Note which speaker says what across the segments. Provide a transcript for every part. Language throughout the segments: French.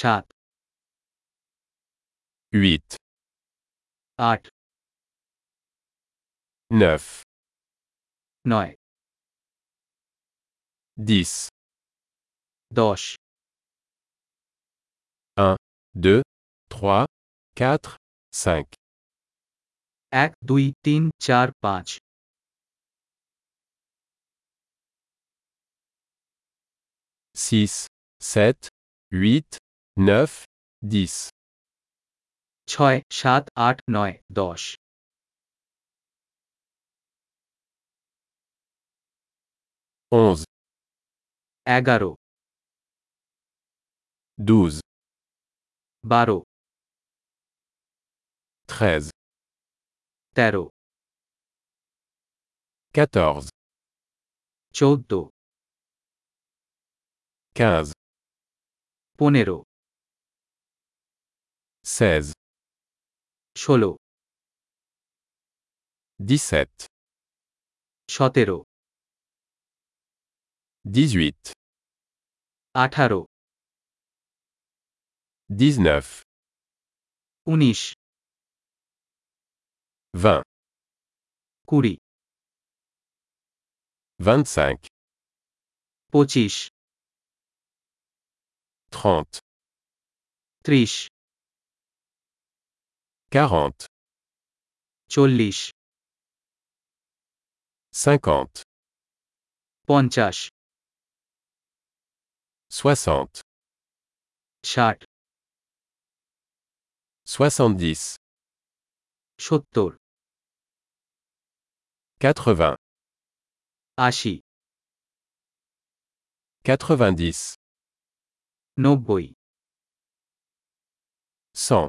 Speaker 1: সাত
Speaker 2: 8,
Speaker 1: আট
Speaker 2: 9,
Speaker 1: নয়
Speaker 2: 10,
Speaker 1: দশ
Speaker 2: 2, 3, 4, 5,
Speaker 1: এক দুই তিন চার পাঁচ
Speaker 2: six, sept, huit, neuf, dix,
Speaker 1: ছয় সাত আট নয় দশ
Speaker 2: 11,
Speaker 1: এগারো
Speaker 2: 12,
Speaker 1: বারো
Speaker 2: 13,
Speaker 1: তেরো
Speaker 2: 14,
Speaker 1: চৌদ্দ
Speaker 2: 15,
Speaker 1: পনেরো
Speaker 2: 16,
Speaker 1: ষোলো
Speaker 2: 17,
Speaker 1: সতেরো
Speaker 2: 18,
Speaker 1: আঠারো
Speaker 2: 19,
Speaker 1: উনিশ
Speaker 2: 20,
Speaker 1: কুড়ি
Speaker 2: 25,
Speaker 1: পঁচিশ
Speaker 2: 30,
Speaker 1: ত্রিশ
Speaker 2: 40,
Speaker 1: চল্লিশ
Speaker 2: 50,
Speaker 1: পঞ্চাশ
Speaker 2: 60,
Speaker 1: ষাট
Speaker 2: 70,
Speaker 1: সত্তর
Speaker 2: 80,
Speaker 1: আশি
Speaker 2: 90,
Speaker 1: নব্বই
Speaker 2: 100,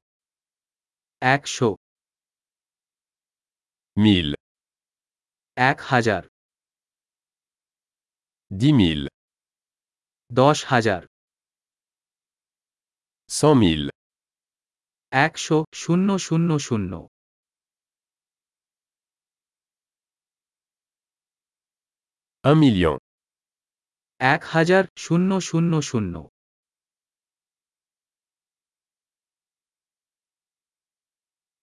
Speaker 1: একশো
Speaker 2: 1000,
Speaker 1: এক হাজার
Speaker 2: 10 000,
Speaker 1: দশ হাজার
Speaker 2: 100 000,
Speaker 1: একশো শূন্য শূন্য শূন্য
Speaker 2: 1 million.
Speaker 1: এক হাজার শূন্য শূন্য শূন্য